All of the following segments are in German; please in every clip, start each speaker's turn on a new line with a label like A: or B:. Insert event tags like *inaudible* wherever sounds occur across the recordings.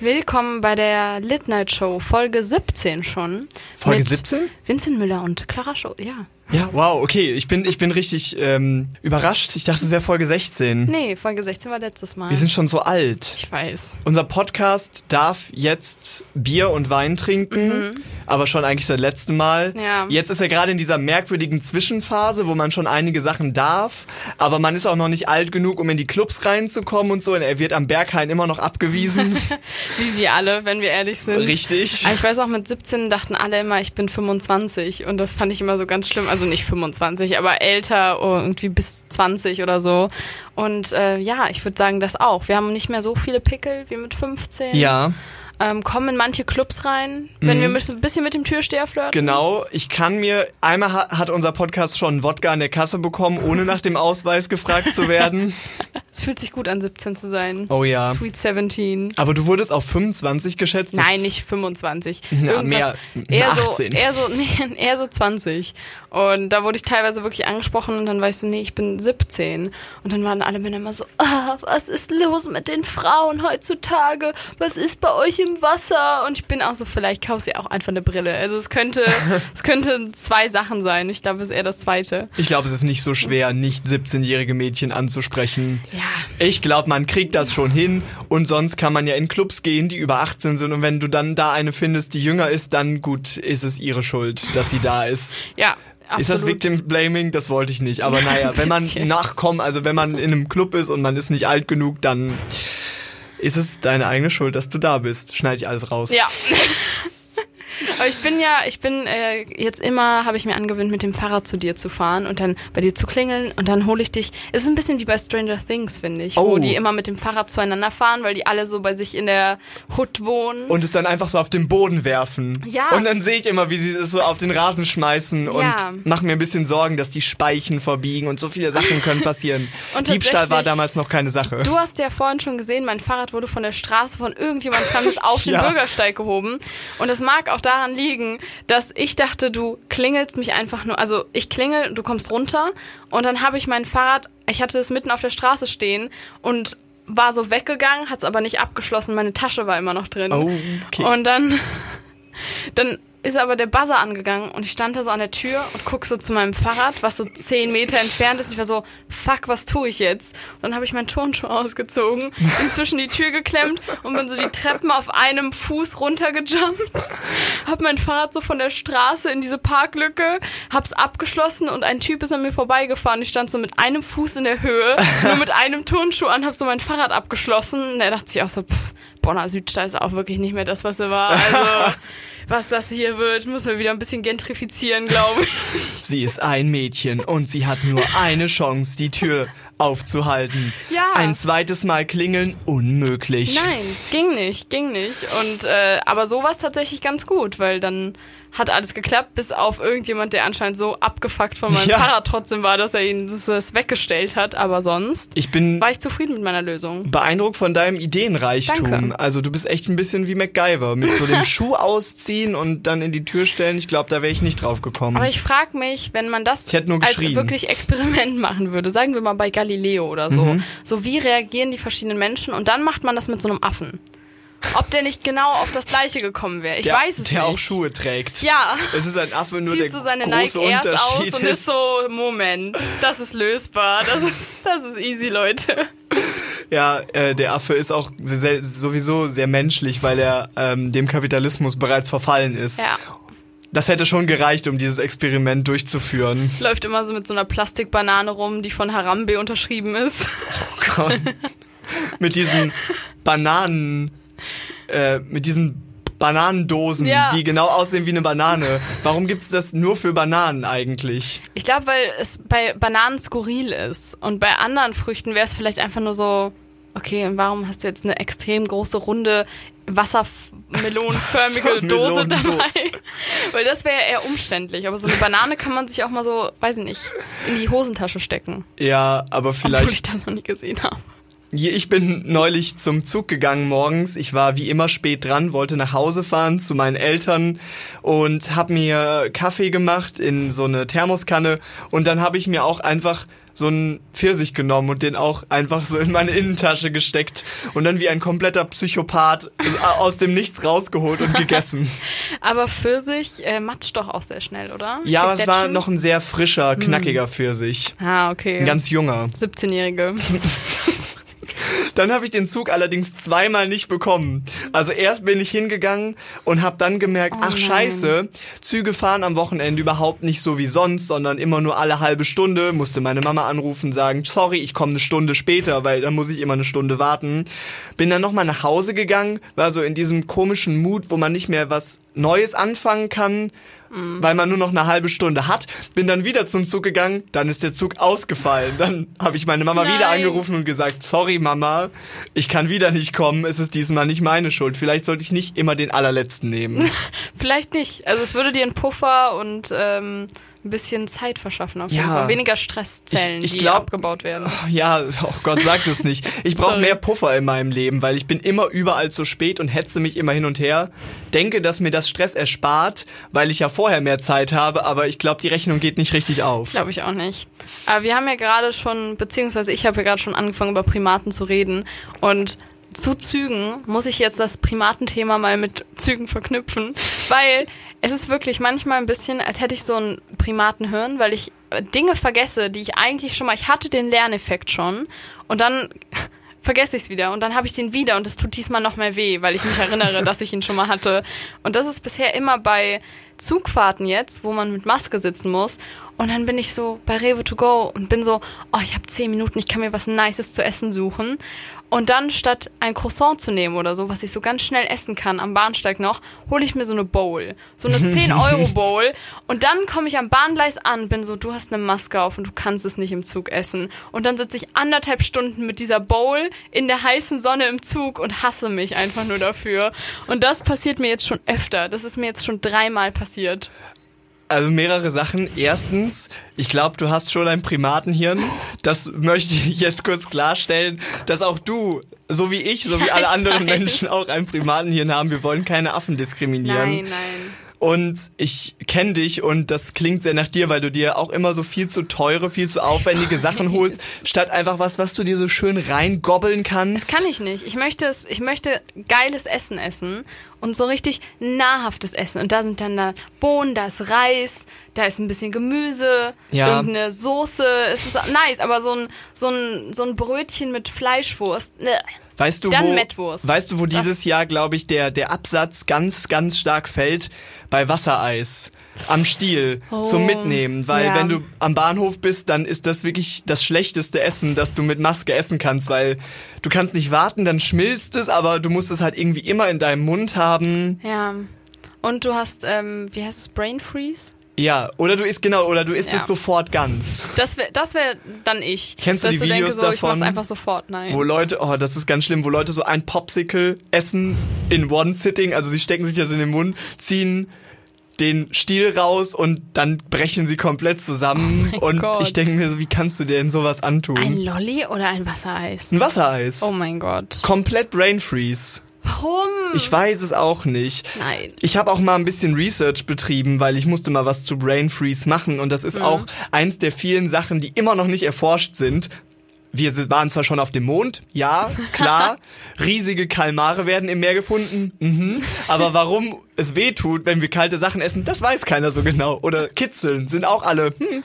A: Willkommen bei der Lit Night Show, Folge 17 schon.
B: Folge
A: mit
B: 17?
A: Vincent Müller und Clara Show, ja.
B: Ja, wow, okay. Ich bin, ich bin richtig ähm, überrascht. Ich dachte, es wäre Folge 16.
A: Nee, Folge 16 war letztes Mal.
B: Wir sind schon so alt.
A: ich weiß.
B: Unser Podcast darf jetzt Bier und Wein trinken, aber schon eigentlich seit letztem Mal.
A: Mhm. Ja.
B: Jetzt ist er gerade in dieser merkwürdigen Zwischenphase, wo man schon einige Sachen darf, aber man ist auch noch nicht alt genug, um in die Clubs reinzukommen und so. Und er wird am Berghain immer
A: *laughs*
B: noch abgewiesen.
A: Wie wir alle, wenn wir ehrlich sind.
B: Richtig.
A: Aber ich weiß auch, mit 17 dachten alle immer, ich bin 25 und das fand ich immer so ganz schlimm. Also nicht 25, aber älter, oh, irgendwie bis 20 oder so. Und äh, ja, ich würde sagen, das auch. Wir haben nicht mehr so viele Pickel wie mit 15.
B: Ja. Mhm.
A: Ähm, kommen in manche Clubs rein, wenn wir mit, ein bisschen mit dem Türsteher flirten.
B: Genau, ich kann mir, einmal ha- hat unser Podcast schon einen Wodka an der Kasse bekommen, ohne nach dem Ausweis gefragt zu werden.
A: Es fühlt sich gut an, 17 zu sein.
B: *laughs* Oh ja.
A: Sweet 17.
B: Aber du wurdest auf 25 geschätzt. Das-
A: Nein, nicht 25.
B: Na,
A: Irgendwas-
B: mehr,
A: eher so,
B: 18.
A: eher so, *laughs* nee, eher so 20. Und da wurde ich teilweise wirklich angesprochen und dann weißt du, nee, ich bin 17. Und dann waren alle Männer immer so, ah, was ist los mit den Frauen heutzutage? Was ist bei euch im Wasser? Und ich bin auch so, vielleicht kaufst du ja auch einfach eine Brille. Also es
B: *laughs*
A: könnte, es könnte zwei Sachen sein. Ich glaube, es ist eher das zweite.
B: Ich glaube, es ist nicht so schwer, nicht 17-jährige Mädchen anzusprechen.
A: Ja.
B: Ich glaube, man kriegt das schon hin und sonst kann man ja in Clubs gehen, die über 18 sind und wenn du dann da eine findest, die jünger ist, dann gut, ist es ihre Schuld, dass sie da ist.
A: Ja. Absolut.
B: Ist das Victim Blaming? Das wollte ich nicht. Aber naja,
A: Ein
B: wenn man
A: bisschen.
B: nachkommen, also wenn man in einem Club ist und man ist nicht alt genug, dann ist es deine eigene Schuld, dass du da bist. Schneide ich alles raus.
A: Ja. *laughs* Aber ich bin ja, ich bin äh, jetzt immer, habe ich mir angewöhnt, mit dem Fahrrad zu dir zu fahren und dann bei dir zu klingeln und dann hole ich dich. Es ist ein bisschen wie bei Stranger Things, finde ich, wo
B: Oh.
A: die immer mit dem Fahrrad zueinander fahren, weil die alle so bei sich in der Hut wohnen.
B: Und es dann einfach so auf den Boden werfen.
A: Ja.
B: Und dann sehe ich immer, wie sie es so auf den Rasen schmeißen
A: Ja.
B: und mache mir ein bisschen Sorgen, dass die Speichen verbiegen und so viele Sachen
A: *laughs*
B: können passieren.
A: Und
B: Diebstahl war
A: tatsächlich-
B: damals noch keine Sache.
A: Du hast ja vorhin schon gesehen, mein Fahrrad wurde von der Straße von irgendjemand
B: *laughs*
A: Fremdes auf den
B: Ja.
A: Bürgersteig gehoben. Und es mag auch daran liegen, dass ich dachte, du klingelst mich einfach nur. Also ich klingel, du kommst runter und dann habe ich mein Fahrrad, ich hatte es mitten auf der Straße stehen und war so weggegangen, hat es aber nicht abgeschlossen, meine Tasche war immer noch drin.
B: Oh, okay.
A: Und dann, dann ist aber der Buzzer angegangen und ich stand da so an der Tür und guck so zu meinem Fahrrad, was so zehn Meter entfernt ist. Ich war so, fuck, was tue ich jetzt? Und dann habe ich meinen Turnschuh ausgezogen, bin zwischen die Tür geklemmt und bin so die Treppen auf einem Fuß runtergejumpt, hab mein Fahrrad so von der Straße in diese Parklücke, hab's abgeschlossen und ein Typ ist an mir vorbeigefahren. Ich stand so mit einem Fuß in der *laughs* Höhe, nur mit einem Turnschuh an, hab so mein Fahrrad abgeschlossen. Und er dachte sich auch so, pff, Bonner Südstadt ist auch wirklich nicht mehr das, was er war. Also, *laughs* was das hier wird, müssen wir wieder ein bisschen gentrifizieren, glaube ich.
B: Sie ist ein Mädchen und sie hat nur eine Chance, die Tür aufzuhalten.
A: Ja.
B: Ein zweites Mal klingeln, unmöglich.
A: *laughs* Nein, ging nicht, ging nicht. Und äh, aber so war es tatsächlich ganz gut, weil dann hat alles geklappt, bis auf irgendjemand, der anscheinend so abgefuckt von meinem
B: Ja.
A: Fahrrad trotzdem war, dass er ihn dass er es weggestellt hat. Aber sonst
B: Ich bin
A: war ich zufrieden mit meiner Lösung.
B: beeindruckt von deinem Ideenreichtum.
A: Danke.
B: Also du bist echt ein bisschen wie MacGyver. Mit so
A: *laughs*
B: dem Schuh ausziehen und dann in die Tür stellen. Ich glaube, da wäre ich nicht drauf gekommen.
A: Aber ich frage mich, wenn man das
B: Ich hätte nur
A: als
B: geschrien.
A: wirklich Experiment machen würde, sagen wir mal bei Galileo oder so,
B: Mhm.
A: so wie reagieren die verschiedenen Menschen und dann macht man das mit so einem Affen. Ob der nicht genau auf das gleiche gekommen wäre. Ich
B: der,
A: weiß es nicht.
B: Der auch Schuhe trägt.
A: Ja.
B: Es ist ein Affe, nur
A: ziehst
B: der
A: du seine Nike
B: große
A: Airs aus
B: Unterschied
A: und
B: ist,
A: ist so, Moment, das ist lösbar, das ist, das ist easy, Leute.
B: Ja, äh, der Affe ist auch sehr, sowieso sehr menschlich, weil er ähm, dem Kapitalismus bereits verfallen ist.
A: Ja,
B: Das hätte schon gereicht, um dieses Experiment durchzuführen.
A: läuft immer so mit so einer Plastikbanane rum, die von Harambe unterschrieben ist. *laughs*
B: Gott. mit diesen Bananen, äh, mit diesen Bananendosen,
A: Ja.
B: die genau aussehen wie eine Banane. Warum gibt's das nur für Bananen eigentlich?
A: Ich glaube, weil es bei Bananen skurril ist und bei anderen Früchten wäre es vielleicht einfach nur so, okay, und warum hast du jetzt eine extrem große runde
B: *laughs*
A: Wassermelonenförmige Dose
B: Wassermelonendose.
A: dabei? weil das wäre ja eher umständlich, aber so eine Banane kann man sich auch mal so, weiß ich nicht, in die Hosentasche stecken,
B: Ja, aber
A: obwohl ich
B: vielleicht.
A: das noch nie gesehen habe.
B: Je- Ich bin neulich zum Zug gegangen morgens. Ich war wie immer spät dran, wollte nach Hause fahren zu meinen Eltern und hab mir Kaffee gemacht in so eine Thermoskanne und dann habe ich mir auch einfach so einen Pfirsich genommen und den auch einfach so in meine *laughs* Innentasche gesteckt und dann wie ein kompletter Psychopath aus dem Nichts rausgeholt und gegessen.
A: Aber Pfirsich äh, matscht doch auch sehr schnell, oder?
B: Ja, aber es war noch ein sehr frischer, knackiger Pfirsich.
A: Ah, okay.
B: Ein ganz junger.
A: 17-Jährige.
B: Dann habe ich den Zug allerdings zweimal nicht bekommen. Also erst bin ich hingegangen und habe dann gemerkt, ach
A: nein.
B: scheiße, Züge fahren am Wochenende überhaupt nicht so wie sonst, sondern immer nur alle halbe Stunde. Musste meine Mama anrufen, sagen, sorry, ich komme eine Stunde später, weil dann muss ich immer eine Stunde warten. Bin dann nochmal nach Hause gegangen, war so in diesem komischen Mut, wo man nicht mehr was Neues anfangen kann.
A: Mhm.
B: Weil man nur noch eine halbe Stunde hat, bin dann wieder zum Zug gegangen, dann ist der Zug ausgefallen. Dann habe ich meine Mama wieder
A: Nein.
B: angerufen angerufen und gesagt, sorry Mama, ich kann wieder nicht kommen, es ist diesmal nicht meine Schuld. Vielleicht sollte ich nicht immer den
A: *laughs*
B: allerletzten nehmen.
A: Vielleicht nicht. Also es würde dir einen Puffer und ähm, ein bisschen Zeit verschaffen auf jeden
B: Ja.
A: Fall. Weniger Stresszellen,
B: Ich- ich
A: die
B: glaub-
A: abgebaut werden.
B: ja, oh Gott, sag das nicht. Ich brauche
A: Sorry.
B: mehr Puffer in meinem Leben, weil ich bin immer überall zu spät und hetze mich immer hin und her. Denke, dass mir das Stress erspart, weil ich ja vorher mehr Zeit habe, aber ich glaube, die Rechnung geht nicht richtig auf.
A: Glaube ich auch nicht. Aber wir haben ja gerade schon, beziehungsweise ich habe ja gerade schon angefangen, über Primaten zu reden. Und zu Zügen muss ich jetzt das Primatenthema mal mit Zügen verknüpfen, weil es ist wirklich manchmal ein bisschen, als hätte ich so ein Primatenhirn, weil ich äh, Dinge vergesse, die ich eigentlich schon mal, ich hatte den Lerneffekt schon und dann vergesse ich es wieder und dann habe ich den wieder und es tut diesmal noch mehr weh, weil ich mich erinnere, dass ich ihn schon mal hatte. Und das ist bisher immer bei Zugfahrten jetzt, wo man mit Maske sitzen muss. Und dann bin ich so bei Rewe to go und bin so, oh, ich habe zehn Minuten, ich kann mir was Nices zu essen suchen. Und dann statt ein Croissant zu nehmen oder so, was ich so ganz schnell essen kann am Bahnsteig noch, hole ich mir so eine Bowl. So eine 10-Euro-Bowl. Und dann komme ich am Bahngleis an, bin so, du hast eine Maske auf und du kannst es nicht im Zug essen. Und dann sitze ich anderthalb Stunden mit dieser Bowl in der heißen Sonne im Zug und hasse mich einfach nur dafür. Und das passiert mir jetzt schon öfter. Das ist mir jetzt schon dreimal passiert.
B: Also mehrere Sachen. Erstens, ich glaube, du hast schon ein Primatenhirn. Das möchte ich jetzt kurz klarstellen, dass auch du, so wie ich, so wie alle
A: ich
B: anderen
A: weiß.
B: Menschen auch ein Primatenhirn haben. Wir wollen keine Affen diskriminieren.
A: Nein, nein.
B: Und ich kenne dich und das klingt sehr nach dir, weil du dir auch immer so viel zu teure, viel zu
A: *laughs*
B: aufwendige Sachen holst, statt einfach was, was du dir so schön reingobbeln kannst.
A: Das kann ich nicht. Ich möchte es, ich möchte geiles Essen essen und so richtig nahrhaftes Essen. Und da sind dann da Bohnen, da ist Reis, da ist ein bisschen Gemüse,
B: Ja.
A: irgendeine Soße. Es ist nice, aber so ein, so ein, so ein Brötchen mit Fleischwurst. ne.
B: Weißt du,
A: Dann
B: wo,
A: Mettwurst.
B: Weißt du, wo
A: Das-
B: dieses Jahr, glaube ich, der, der Absatz ganz, ganz stark fällt? Bei Wassereis. Am Stiel. Zum Mitnehmen. Weil
A: Oh, ja.
B: wenn du am Bahnhof bist, dann ist das wirklich das schlechteste Essen, das du mit Maske essen kannst. Weil du kannst nicht warten, dann schmilzt es, aber du musst es halt irgendwie immer in deinem Mund haben.
A: Ja. Und du hast, ähm, wie heißt es, Brain Freeze?
B: Ja, oder du isst, genau, oder du isst
A: Ja.
B: es sofort ganz.
A: Das wäre das wär dann ich.
B: Kennst du
A: Dass
B: die
A: du denkst,
B: Videos
A: so, Ich
B: davon?
A: mach's einfach sofort, nein.
B: Wo Leute, oh, das ist ganz schlimm, wo Leute so ein Popsicle essen in one sitting, also sie stecken sich das in den Mund, ziehen den Stiel raus und dann brechen sie komplett zusammen.
A: Oh mein
B: und
A: Gott.
B: ich denke mir so, wie kannst du dir denn sowas antun?
A: Ein
B: Ein,
A: Lolli oder ein Wassereis?
B: Wassereis.
A: Oh mein Gott.
B: Komplett Brain Freeze.
A: Warum?
B: Ich weiß es auch nicht.
A: Nein.
B: Ich habe auch mal ein bisschen Research betrieben, weil ich musste mal was zu Brain Freeze machen und das ist auch eins der vielen Sachen, die immer noch nicht erforscht sind. Wir si- waren zwar schon auf dem Mond, ja, klar. Riesige Kalmare werden im Meer gefunden, mhm. aber warum es weh tut, wenn wir kalte Sachen essen, das weiß keiner so genau. Oder Kitzeln sind auch alle, hm.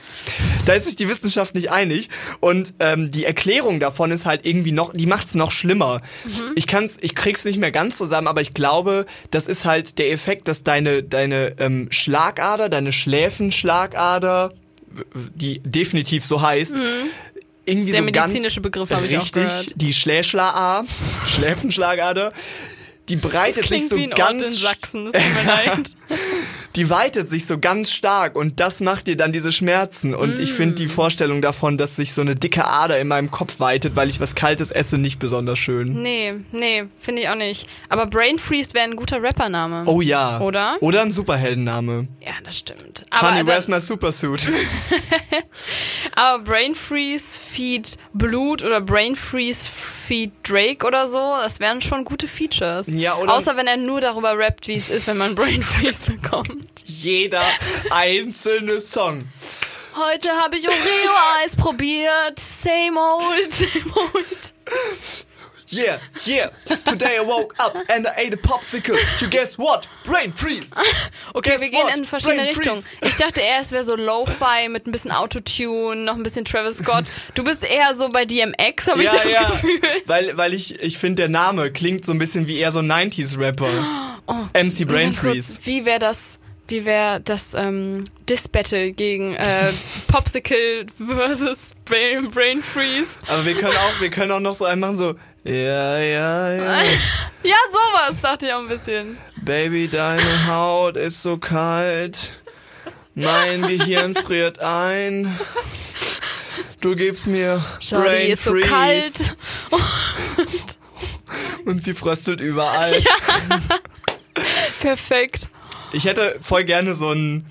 B: Da ist sich die Wissenschaft nicht einig und ähm, die Erklärung davon ist halt irgendwie noch, die macht's noch schlimmer.
A: Mhm.
B: Ich kann's, ich krieg's nicht mehr ganz zusammen, aber ich glaube, das ist halt der Effekt, dass deine deine ähm, Schlagader, deine Schläfenschlagader, w- w- die definitiv so heißt, irgendwie
A: Mhm. Der
B: so
A: medizinische
B: ganz
A: Begriff habe ich auch
B: richtig,
A: gehört.
B: die Schläschlaa, *laughs* Schläfenschlagader. Die breitet sich
A: Klingt
B: so
A: wie ein Ort in
B: ganz
A: Sachsen, es tut
B: *laughs*
A: mir leid.
B: die weitet sich so ganz stark und das macht dir dann diese Schmerzen. Und ich finde
A: Mm.
B: die Vorstellung davon, dass sich so eine dicke Ader in meinem Kopf weitet, weil ich was Kaltes esse, nicht besonders schön.
A: Nee, nee, finde ich auch nicht. Aber Brain Freeze wäre ein guter Rappername.
B: Oh ja.
A: Oder?
B: Oder ein Superheldenname.
A: Ja, das stimmt.
B: Honey,
A: Aber,
B: where's
A: also,
B: my supersuit? *laughs*
A: aber Brain Freeze feed Blut oder Brain Freeze feed Drake oder so, das wären schon gute Features.
B: Ja, oder-
A: Außer wenn er nur darüber rappt, wie *laughs* es ist, wenn man Brain Freeze bekommt.
B: Jeder einzelne Song.
A: Heute habe ich Oreo-Eis probiert. Same old, *laughs* same old.
B: Yeah, yeah. Today I woke up and I ate a popsicle. You guess what? Brain freeze.
A: Okay,
B: Guess
A: wir gehen
B: what?
A: in verschiedene
B: Brain
A: Richtungen. Ich dachte eher, es wäre so Lo-Fi mit ein bisschen Autotune, noch ein bisschen Travis Scott. Du bist eher so bei DMX, habe ich das Gefühl.
B: Weil, weil ich, ich finde, der Name klingt so ein bisschen wie eher so ein 90s-Rapper. MC Brain
A: Oh, Ganz kurz,
B: Freeze.
A: wie wäre das, wie wäre das ähm, Dis-Battle gegen äh, Popsicle versus Brain, Brain Freeze?
B: Aber wir können auch, wir können auch noch so einen machen, so, ja, ja, ja.
A: Ja, sowas dachte ich auch ein bisschen.
B: Baby, deine Haut ist so kalt. Mein Gehirn friert ein. Du gibst mir Brain
A: Sorry, ist so
B: Freeze.
A: kalt.
B: Und sie fröstelt überall.
A: *laughs* Perfekt.
B: Ich hätte voll gerne so ein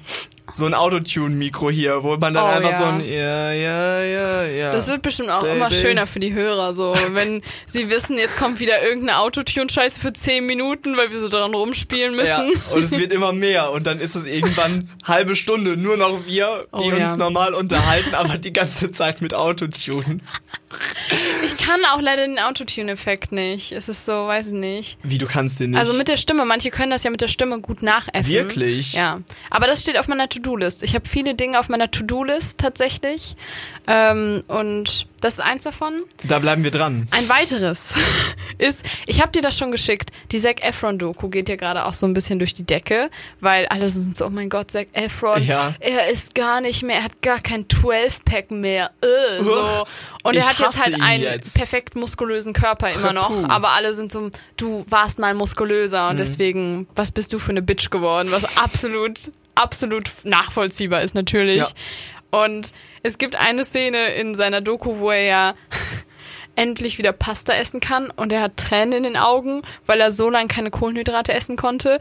B: so ein Autotune-Mikro hier, wo man dann
A: Oh,
B: einfach
A: ja.
B: so ein ja ja ja ja.
A: Das wird bestimmt auch
B: Ah. Baby.
A: immer schöner für die Hörer, so wenn sie wissen, jetzt kommt wieder irgendeine Autotune-Scheiße für 10 Minuten, weil wir so dran rumspielen
B: ja.
A: müssen.
B: Und es
A: *laughs*
B: wird immer mehr und dann ist es irgendwann halbe Stunde nur noch wir, die
A: Oh,
B: uns
A: ja.
B: normal unterhalten, aber die ganze Zeit mit Autotune.
A: Ich kann auch leider den Autotune-Effekt nicht. Es ist so, weiß ich nicht.
B: Wie du kannst den nicht.
A: Also mit der Stimme, manche können das ja mit der Stimme gut nachäffen.
B: Wirklich?
A: Ja. Aber das steht auf meiner To-Do-List. Ich habe viele Dinge auf meiner To-Do-List tatsächlich. Ähm, und das ist eins davon.
B: da bleiben wir dran.
A: Ein weiteres *laughs* ist, ich habe dir das schon geschickt, die Zac Efron-Doku geht ja gerade auch so ein bisschen durch die Decke, weil alle so sind so, oh mein Gott, Zac Efron,
B: Ja.
A: er ist gar nicht mehr, er hat gar kein 12-Pack mehr. Äh, so.
B: Uch,
A: Und
B: ich
A: er hat jetzt
B: hasse
A: halt
B: ihn
A: einen
B: jetzt.
A: perfekt muskulösen Körper immer noch,
B: Puh. Mhm.
A: aber alle sind so, du warst mal muskulöser und deswegen, was bist du für eine Bitch geworden, was absolut, absolut nachvollziehbar ist natürlich.
B: Ja.
A: Und es gibt eine Szene in seiner Doku, wo er ja *laughs* endlich wieder Pasta essen kann und er hat Tränen in den Augen, weil er so lange keine Kohlenhydrate essen konnte.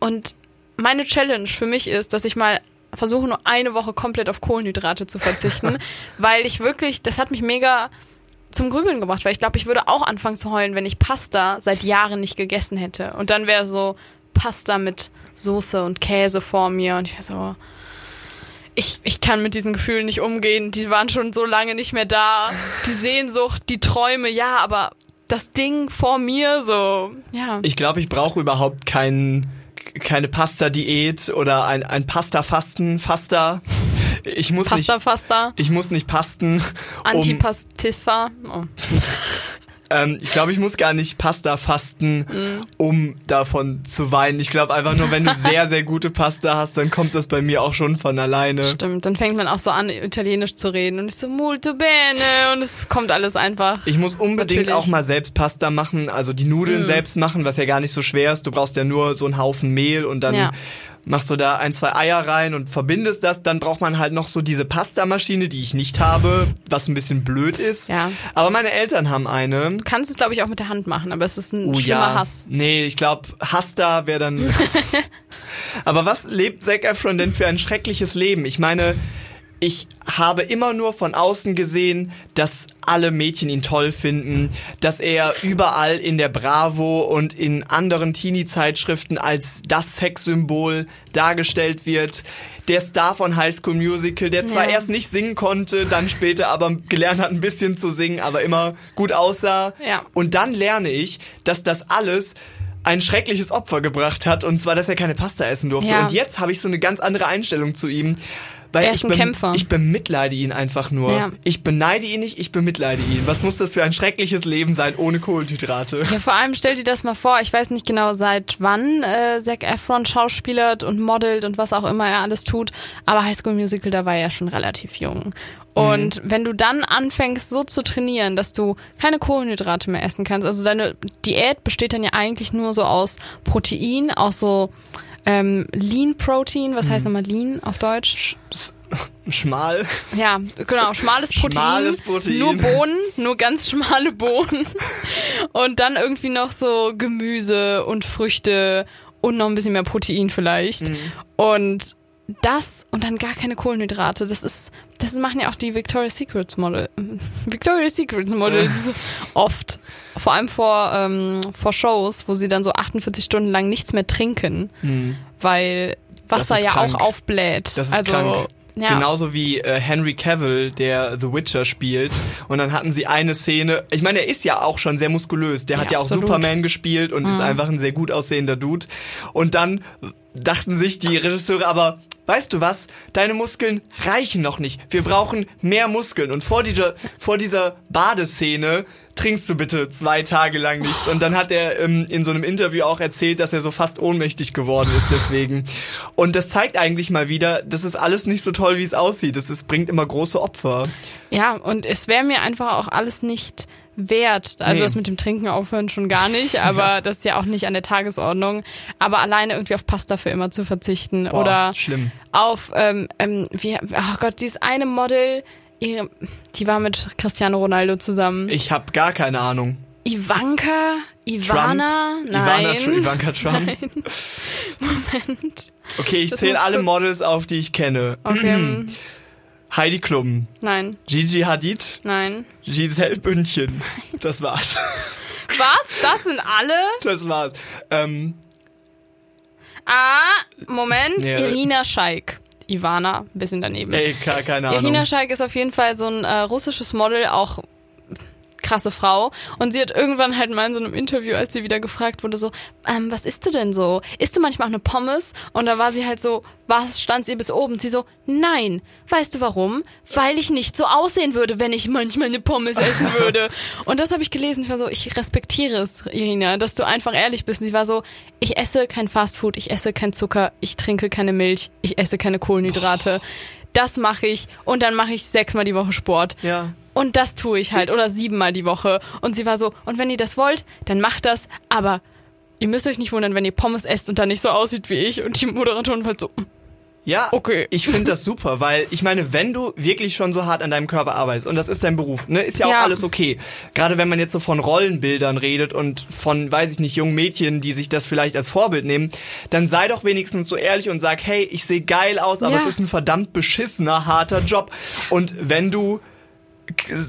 A: Und meine Challenge für mich ist, dass ich mal versuche, nur eine Woche komplett auf Kohlenhydrate zu
B: *laughs*
A: verzichten, weil ich wirklich, das hat mich mega zum Grübeln gebracht, weil ich glaube, ich würde auch anfangen zu heulen, wenn ich Pasta seit Jahren nicht gegessen hätte. Und dann wäre so Pasta mit Soße und Käse vor mir und ich wäre so, ich, ich kann mit diesen Gefühlen nicht umgehen. Die waren schon so lange nicht mehr da. Die Sehnsucht, die Träume, ja, aber das Ding vor mir so, ja.
B: Ich glaube, ich brauche überhaupt keinen keine Pasta-Diät oder ein, ein Pasta-Fasten. Fasta. Ich muss
A: Pasta,
B: nicht.
A: Pasta,
B: Ich muss nicht pasten. Um,
A: Antipastifa. Oh.
B: ähm, ich glaube, ich muss gar nicht Pasta fasten,
A: Mm.
B: um davon zu weinen. Ich glaube einfach
A: *laughs*
B: nur, wenn du sehr, sehr gute Pasta hast, dann kommt das bei mir auch schon von alleine.
A: Stimmt, dann fängt man auch so an, Italienisch zu reden und ich so, molto bene und es kommt alles einfach.
B: Ich muss unbedingt
A: Natürlich. Mhm.
B: auch mal selbst Pasta machen, also die Nudeln selbst machen, was ja gar nicht so schwer ist. Du brauchst ja nur so einen Haufen Mehl und dann
A: Ja.
B: machst du da ein, zwei Eier rein und verbindest das. Dann braucht man halt noch so diese Pastamaschine, die ich nicht habe, was ein bisschen blöd ist.
A: Ja.
B: Aber meine Eltern haben eine.
A: Du kannst es, glaube ich, auch mit der Hand machen, aber es ist ein
B: Oh
A: schlimmer
B: ja.
A: Hass.
B: Nee, ich glaube, Hass da
A: *laughs*
B: wäre dann. Aber was lebt Zac Efron denn für ein schreckliches Leben? Ich meine, ich habe immer nur von außen gesehen, dass alle Mädchen ihn toll finden, dass er überall in der Bravo und in anderen Teenie-Zeitschriften als das Sexsymbol dargestellt wird. Der Star von High School Musical, der zwar
A: Ja.
B: erst nicht singen konnte, dann später aber gelernt hat, ein bisschen zu singen, aber immer gut aussah.
A: Ja.
B: Und dann lerne ich, dass das alles ein schreckliches Opfer gebracht hat, und zwar, dass er keine Pasta essen durfte.
A: Ja.
B: Und jetzt habe ich so eine ganz andere Einstellung zu ihm. Weil
A: Er ist
B: ich
A: ein
B: bem-
A: Kämpfer.
B: Ich bemitleide ihn einfach nur.
A: Ja.
B: Ich beneide ihn nicht, ich bemitleide ihn. Was muss das für ein schreckliches Leben sein ohne Kohlenhydrate?
A: Ja, vor allem stell dir das mal vor, ich weiß nicht genau seit wann äh, Zac Efron schauspielert und modelt und was auch immer er alles tut, aber High School Musical, da war er ja schon relativ jung. Und wenn du dann anfängst so zu trainieren, dass du keine Kohlenhydrate mehr essen kannst, also deine Diät besteht dann ja eigentlich nur so aus Protein, aus so ähm, Lean Protein, was heißt nochmal Lean auf Deutsch?
B: Sch- Schmal.
A: Ja, genau, schmales Protein,
B: Schmales Protein.
A: nur Bohnen, nur ganz schmale Bohnen und dann irgendwie noch so Gemüse und Früchte und noch ein bisschen mehr Protein vielleicht
B: Mhm.
A: und das und dann gar keine Kohlenhydrate. Das ist, das machen ja auch die Victoria's Secrets Model, *laughs* Victoria's Secrets
B: *laughs*
A: Models oft. Vor allem vor, ähm, vor Shows, wo sie dann so 48 Stunden lang nichts mehr trinken, weil Wasser
B: Mhm. ist
A: ja
B: krank.
A: auch aufbläht.
B: Das ist
A: also
B: krank.
A: Ja.
B: Genauso wie äh, Henry Cavill, der The Witcher spielt. Und dann hatten sie eine Szene. Ich meine, er ist ja auch schon sehr muskulös. Der hat
A: Ja,
B: ja auch
A: absolut. Mhm.
B: Superman gespielt und ist einfach ein sehr gut aussehender Dude. Und dann dachten sich die Regisseure aber. Weißt du was? Deine Muskeln reichen noch nicht. Wir brauchen mehr Muskeln. Und vor dieser, vor dieser Badeszene trinkst du bitte zwei Tage lang nichts. Und dann hat er ähm, in so einem Interview auch erzählt, dass er so fast ohnmächtig geworden ist deswegen. Und das zeigt eigentlich mal wieder, das ist alles nicht so toll, wie es aussieht. Es ist- bringt immer große Opfer.
A: Ja, und es wäre mir einfach auch alles nicht wert. Also
B: Nee.
A: das mit dem Trinken aufhören schon gar
B: *laughs*
A: nicht, aber das ist ja auch nicht an der Tagesordnung. Aber alleine irgendwie auf Pasta für immer zu verzichten
B: Boah,
A: oder
B: schlimm.
A: auf, ähm, ähm, wie, ach Gott, dieses eine Model, ihre, die war mit Cristiano Ronaldo zusammen.
B: Ich habe gar keine Ahnung.
A: Ivanka? Ivana?
B: Trump?
A: Nein.
B: Ivana, Tr-
A: *laughs*
B: Ivanka Trump?
A: Moment.
B: Okay, ich
A: Das
B: zähle
A: muss
B: alle
A: kurz-
B: Models auf, die ich kenne.
A: Okay.
B: *clears throat* Heidi Klum,
A: Nein,
B: Gigi Hadid,
A: nein.
B: Giselle Bündchen. Das war's. *laughs*
A: Was? Das sind alle?
B: Das war's. Ähm,
A: Ah, Moment.
B: Nee.
A: Irina Scheik. Ivana, ein bisschen daneben.
B: ey, gar keine Ahnung.
A: Irina Scheik ist auf jeden Fall so ein äh, russisches Model, auch krasse Frau. Und sie hat irgendwann halt mal in so einem Interview, als sie wieder gefragt wurde, so, ähm, was isst du denn so? Isst du manchmal auch eine Pommes? Und da war sie halt so, was stand ihr bis oben? Sie so, nein. Weißt du warum? Weil ich nicht so aussehen würde, wenn ich manchmal eine Pommes essen würde. Und das habe ich gelesen. Ich war so, ich respektiere es, Irina, dass du einfach ehrlich bist. Und sie war so, ich esse kein Fastfood, ich esse kein Zucker, ich trinke keine Milch, ich esse keine Kohlenhydrate. Das mache ich und dann mache ich sechsmal die Woche Sport.
B: Ja.
A: Und das tue ich halt. Oder siebenmal die Woche. Und sie war so, und wenn ihr das wollt, dann macht das. Aber ihr müsst euch nicht wundern, wenn ihr Pommes esst und dann nicht so aussieht wie ich. Und die Moderatorin war halt so, "Mm."
B: Ja,
A: Okay.
B: ich finde das super, weil ich meine, wenn du wirklich schon so hart an deinem Körper arbeitest und das ist dein Beruf, ne, ist ja auch
A: Ja.
B: alles okay. Gerade wenn man jetzt so von Rollenbildern redet und von, weiß ich nicht, jungen Mädchen, die sich das vielleicht als Vorbild nehmen, dann sei doch wenigstens so ehrlich und sag, hey, ich sehe geil aus, aber
A: Ja.
B: es ist ein verdammt beschissener, harter Job. Und wenn du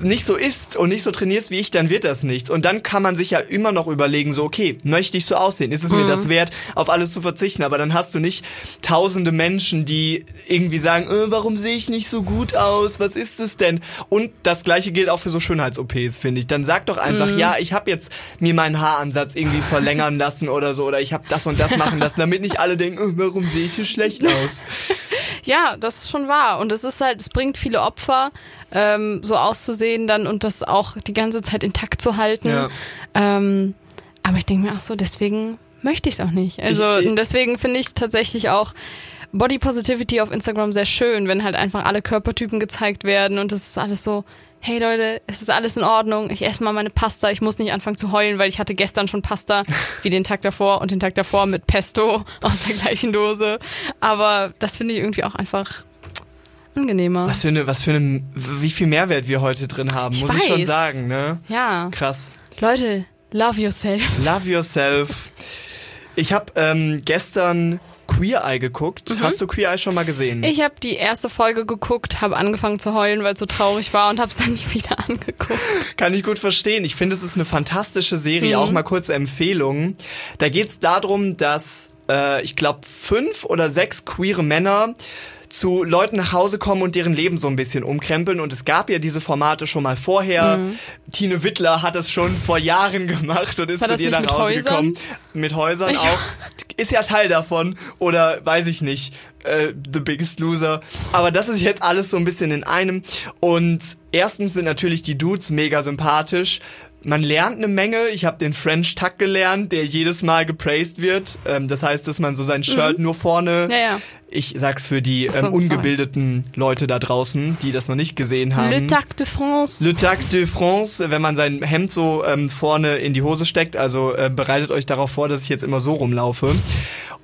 B: nicht so isst und nicht so trainierst wie ich, dann wird das nichts. Und dann kann man sich ja immer noch überlegen, so, okay, möchte ich so aussehen? Ist es mir das wert, auf alles zu verzichten? Aber dann hast du nicht tausende Menschen, die irgendwie sagen, äh, warum sehe ich nicht so gut aus? Was ist es denn? Und das gleiche gilt auch für so Schönheits-OPs, finde ich. Dann sag doch einfach, ja, ich habe jetzt mir meinen Haaransatz irgendwie verlängern lassen oder so, oder ich habe das und das machen lassen, damit nicht alle denken, äh, warum sehe ich hier schlecht aus?
A: ja, das ist schon wahr. Und es ist halt, es bringt viele Opfer, ähm, so auszusehen dann und das auch die ganze Zeit intakt zu halten.
B: Ja.
A: Ähm, aber ich denke mir auch so, deswegen möchte ich es auch nicht. Also
B: Ich- ich-
A: deswegen finde ich tatsächlich auch Body Positivity auf Instagram sehr schön, wenn halt einfach alle Körpertypen gezeigt werden und das ist alles so, hey Leute, es ist alles in Ordnung, ich esse mal meine Pasta, ich muss nicht anfangen zu heulen, weil ich hatte gestern schon
B: *laughs*
A: Pasta, wie den Tag davor und den Tag davor mit Pesto aus der gleichen Dose. Aber das finde ich irgendwie auch einfach angenehmer.
B: Was für eine, was für eine, wie viel Mehrwert wir heute drin haben, muss ich schon
A: weiß.
B: sagen, ne?
A: Ja,
B: Krass.
A: Leute, love yourself.
B: Love yourself. Ich habe ähm, gestern Queer Eye geguckt. Hast du Queer Eye schon mal gesehen?
A: Mhm. Ich habe die erste Folge geguckt, habe angefangen zu heulen, weil es so traurig war und habe es dann nie wieder *laughs* angeguckt.
B: Kann ich gut verstehen. Ich finde, es ist eine fantastische Serie.
A: Mhm.
B: Auch mal kurze Empfehlung. Da geht's darum, dass äh, ich glaube fünf oder sechs queere Männer zu Leuten nach Hause kommen und deren Leben so ein bisschen umkrempeln. Und es gab ja diese Formate schon mal vorher.
A: Mhm.
B: Tine Wittler hat das schon vor Jahren *laughs* gemacht und ist
A: War
B: zu
A: das
B: dir
A: nicht
B: nach
A: mit
B: Hause
A: Häusern?
B: gekommen. Mit Häusern
A: Ich-
B: auch. Ist ja Teil davon. Oder weiß ich nicht. Äh, The Biggest Loser. Aber das ist jetzt alles so ein bisschen in einem. Und erstens sind natürlich die Dudes mega sympathisch. Man lernt eine Menge. Ich habe den French Tuck gelernt, der jedes Mal gepraised wird. Ähm, das heißt, dass man so sein Shirt nur vorne
A: Mhm. Ja, ja.
B: ich sag's für die
A: so,
B: ähm, ungebildeten Leute da draußen, die das noch nicht gesehen haben.
A: Le Tac de France.
B: Le Tac de France, wenn man sein Hemd so ähm, vorne in die Hose steckt, also äh, bereitet euch darauf vor, dass ich jetzt immer so rumlaufe.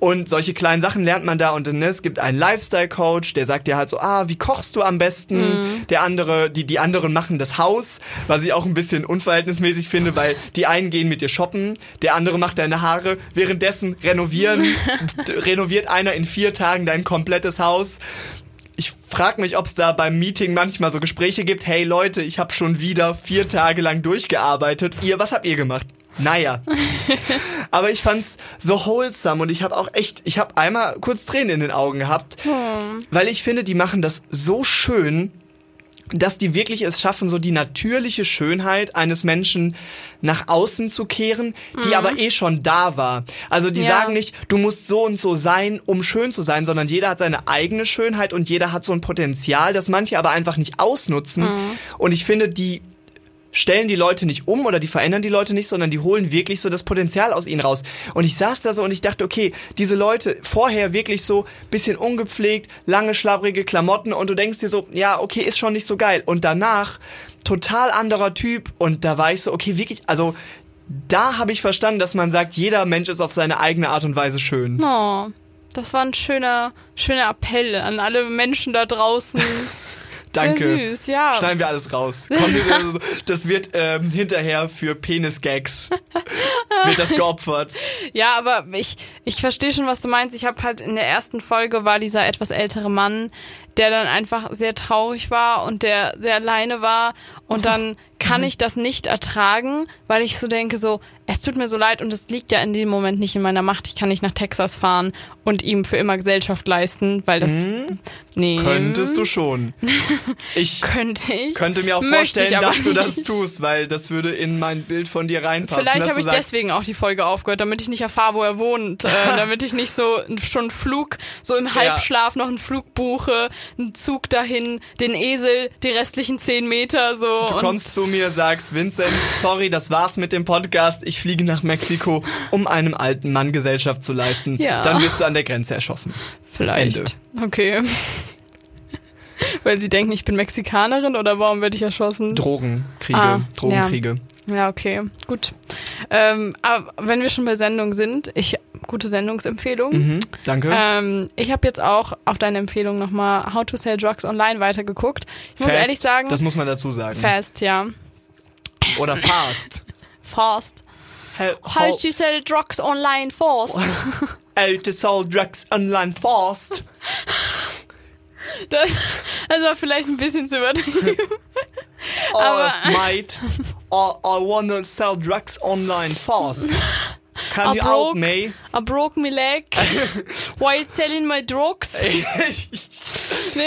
B: Und solche kleinen Sachen lernt man da und dann, ne, es gibt einen Lifestyle-Coach, der sagt dir halt so, ah, wie kochst du am besten? Der andere, die, die anderen machen das Haus, was ich auch ein bisschen unverhältnismäßig finde, weil die einen gehen mit dir shoppen, der andere macht deine Haare, währenddessen renovieren, d- renoviert einer in vier Tagen dein komplettes Haus ich frage mich, ob es da beim Meeting manchmal so Gespräche gibt. Hey Leute, ich habe schon wieder vier Tage lang durchgearbeitet. Ihr, was habt ihr gemacht? Naja. Aber ich fand's so wholesome und ich habe auch echt, ich habe einmal kurz Tränen in den Augen gehabt, weil ich finde, die machen das so schön, dass die wirklich es schaffen, so die natürliche Schönheit eines Menschen nach außen zu kehren, die aber eh schon da war. Also die
A: Ja.
B: sagen nicht, du musst so und so sein, um schön zu sein, sondern jeder hat seine eigene Schönheit und jeder hat so ein Potenzial, das manche aber einfach nicht ausnutzen. Und ich finde, die stellen die Leute nicht um oder die verändern die Leute nicht, sondern die holen wirklich so das Potenzial aus ihnen raus. Und ich saß da so und ich dachte, okay, diese Leute vorher wirklich so bisschen ungepflegt, lange schlabrige Klamotten und du denkst dir so, ja, okay, ist schon nicht so geil. Und danach total anderer Typ und da war ich so, okay, wirklich, also da habe ich verstanden, dass man sagt, jeder Mensch ist auf seine eigene Art und Weise schön.
A: Oh, das war ein schöner, schöner Appell an alle Menschen da draußen.
B: Danke.
A: Sehr süß, ja.
B: Schneiden wir alles
A: *laughs*
B: raus. Kommt wieder so- Das wird ähm, hinterher für Penis-Gags wird das geopfert.
A: Ja, aber ich, ich verstehe schon, was du meinst. Ich habe halt in der ersten Folge war dieser etwas ältere Mann, der dann einfach sehr traurig war und der sehr alleine war. Und
B: *laughs*
A: dann kann
B: Mhm.
A: ich das nicht ertragen, weil ich so denke, so, es tut mir so leid und es liegt ja in dem Moment nicht in meiner Macht. Ich kann nicht nach Texas fahren und ihm für immer Gesellschaft leisten, weil das.
B: Mhm.
A: Nee.
B: Könntest
A: Mhm. *laughs*
B: du schon. Ich
A: Könnte ich.
B: könnte mir auch
A: Möchte ich
B: vorstellen,
A: aber
B: dass du das
A: nicht.
B: tust, weil das würde in mein Bild von dir reinpassen.
A: Vielleicht
B: ne, dass
A: habe
B: du
A: ich
B: sagst,
A: deswegen auch die Folge aufgehört, damit ich nicht erfahre, wo er wohnt.
B: *laughs*
A: Äh, damit ich nicht so n- schon einen Flug, so im Halbschlaf noch einen Flug buche, einen Zug dahin, den Esel, die restlichen zehn Meter so.
B: Du kommst zu mir, sagst, Vincent, sorry, das war's mit dem Podcast. Ich fliege nach Mexiko, um einem alten Mann Gesellschaft zu leisten.
A: Ja.
B: Dann wirst du an der Grenze erschossen.
A: und vielleicht. Okay. *laughs* Weil sie denken, ich bin Mexikanerin oder warum werde ich erschossen?
B: Drogenkriege.
A: Ah,
B: Drogenkriege.
A: ja, okay, gut. Ähm, aber wenn wir schon bei Sendung sind, ich gute Sendungsempfehlung.
B: Mhm, danke.
A: Ähm, ich habe jetzt auch auf deine Empfehlung nochmal How to Sell Drugs Online weitergeguckt. Ich muss
B: Fast,
A: ehrlich sagen,
B: Das muss man dazu sagen.
A: fast, ja. *laughs*
B: Oder fast.
A: Fast.
B: How,
A: How to Sell Drugs Online Fast.
B: how to sell drugs online fast.
A: Das, das war vielleicht ein bisschen zu übertrieben.
B: Or,
A: Aber-
B: mate, or, I wanna sell drugs online fast. Can
A: I
B: you
A: broke-
B: help me?
A: I broke my leg while selling my drugs. Nee,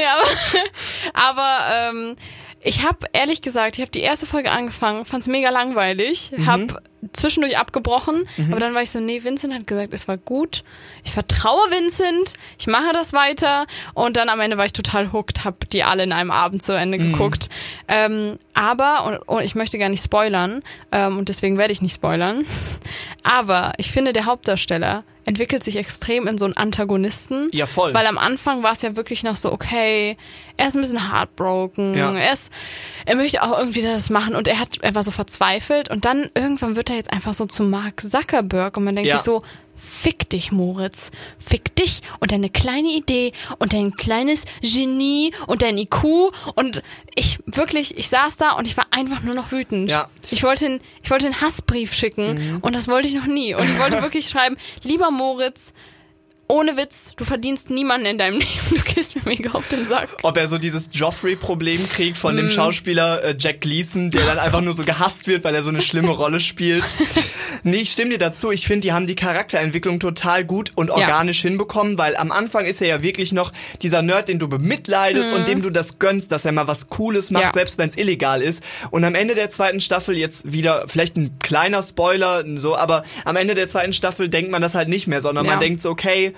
A: aber, *laughs* aber ähm, ich habe ehrlich gesagt, ich habe die erste Folge angefangen, fand es mega langweilig, habe zwischendurch abgebrochen, aber dann war ich so, nee, Vincent hat gesagt, es war gut, ich vertraue Vincent, ich mache das weiter und dann am Ende war ich total hooked, habe die alle in einem Abend zu Ende geguckt. Ähm, aber, und, und ich möchte gar nicht spoilern ähm, und deswegen werde ich nicht spoilern, *laughs* aber ich finde, der Hauptdarsteller entwickelt sich extrem in so einen Antagonisten.
B: Ja, voll.
A: Weil am Anfang war es ja wirklich noch so, okay, er ist ein bisschen heartbroken,
B: Ja.
A: er ist, er möchte auch irgendwie das machen und er hat, er war so verzweifelt und dann irgendwann wird er jetzt einfach so zu Mark Zuckerberg und man denkt
B: Ja.
A: sich so, fick dich, Moritz, fick dich und deine kleine Idee und dein kleines Genie und dein IQ und ich wirklich, ich saß da und ich war einfach nur noch wütend.
B: Ja.
A: Ich wollte einen, ich wollte einen Hassbrief schicken und das wollte ich noch nie und ich wollte wirklich schreiben, lieber Moritz, ohne Witz, du verdienst niemanden in deinem *laughs* Leben. Du gehst mir mega auf den Sack.
B: Ob er so dieses Joffrey-Problem kriegt von dem Schauspieler äh, Jack Gleason, der dann einfach nur so gehasst wird, weil er so eine schlimme Rolle spielt. Nee, ich stimme dir dazu. Ich finde, die haben die Charakterentwicklung total gut und organisch hinbekommen, weil am Anfang ist er ja wirklich noch dieser Nerd, den du bemitleidest und dem du das gönnst, dass er mal was Cooles macht,
A: Ja.
B: selbst wenn es illegal ist. Und am Ende der zweiten Staffel jetzt wieder, vielleicht ein kleiner Spoiler, so, aber am Ende der zweiten Staffel denkt man das halt nicht mehr, sondern
A: Ja.
B: man denkt so, okay,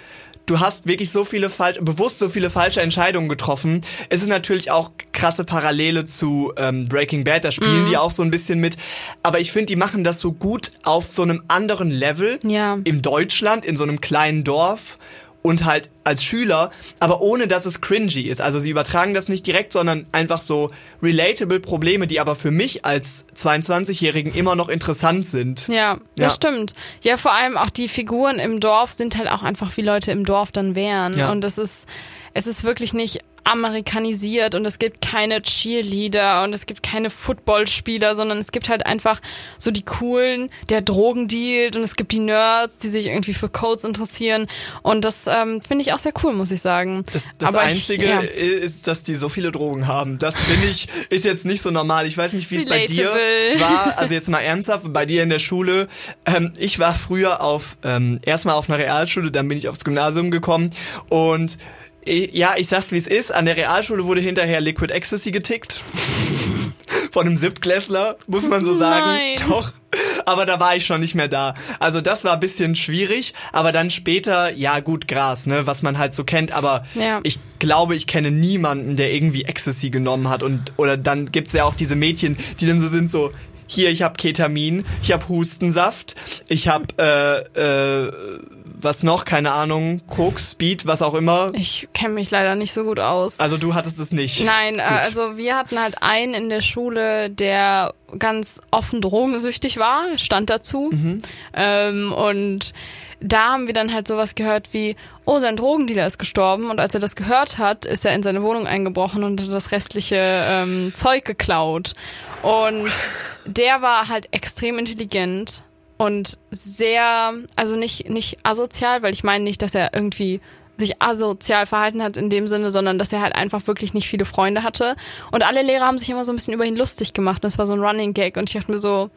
B: du hast wirklich so viele falsch, bewusst so viele falsche Entscheidungen getroffen. Es ist natürlich auch krasse Parallele zu ähm, Breaking Bad, da
A: Mhm.
B: spielen die auch so ein bisschen mit. Aber ich finde, die machen das so gut auf so einem anderen Level
A: Ja.
B: im Deutschland, in so einem kleinen Dorf und halt als Schüler, aber ohne dass es cringy ist. Also sie übertragen das nicht direkt, sondern einfach so relatable Probleme, die aber für mich als 22-Jährigen immer noch interessant sind.
A: Ja,
B: Ja.
A: das stimmt. Ja, vor allem auch die Figuren im Dorf sind halt auch einfach wie Leute im Dorf dann wären.
B: Ja.
A: Und es ist, es ist wirklich nicht amerikanisiert und es gibt keine Cheerleader und es gibt keine Footballspieler, sondern es gibt halt einfach so die coolen, der Drogen dealt und es gibt die Nerds, die sich irgendwie für Codes interessieren und das ähm, finde ich auch sehr cool, muss ich sagen.
B: Das, das
A: Aber ich-
B: Einzige
A: ja.
B: ist, dass die so viele Drogen haben. Das finde ich, ist jetzt nicht so normal. Ich weiß nicht, wie es bei dir
A: Relatable.
B: war. Also jetzt mal ernsthaft, bei dir in der Schule. Ähm, ich war früher auf, ähm, erstmal auf einer Realschule, dann bin ich aufs Gymnasium gekommen und äh, ja, ich sag's wie es ist. An der Realschule wurde hinterher Liquid Ecstasy getickt. *laughs* Von einem Siebtklässler, muss man so sagen.
A: Nein.
B: Doch. Aber da war ich schon nicht mehr da. Also das war ein bisschen schwierig, aber dann später, ja gut, Gras, ne, was man halt so kennt, aber
A: Ja.
B: ich glaube, ich kenne niemanden, der irgendwie Ecstasy genommen hat und oder dann gibt's ja auch diese Mädchen, die dann so sind so hier, ich habe Ketamin, ich habe Hustensaft, ich habe äh, äh, was noch, keine Ahnung, Koks, Speed, was auch immer.
A: Ich kenne mich leider nicht so gut aus.
B: Also du hattest es nicht.
A: Nein, äh,
B: Gut.
A: also wir hatten halt einen in der Schule, der ganz offen drogensüchtig war, stand dazu.
B: Mhm.
A: Ähm, und da haben wir dann halt sowas gehört wie, oh, sein Drogendealer ist gestorben und als er das gehört hat, ist er in seine Wohnung eingebrochen und hat das restliche ähm, Zeug geklaut. Und der war halt extrem intelligent und sehr, also nicht, nicht asozial, weil ich meine nicht, dass er irgendwie sich asozial verhalten hat in dem Sinne, sondern dass er halt einfach wirklich nicht viele Freunde hatte. Und alle Lehrer haben sich immer so ein bisschen über ihn lustig gemacht. Und das war so ein Running Gag. Und ich dachte mir so,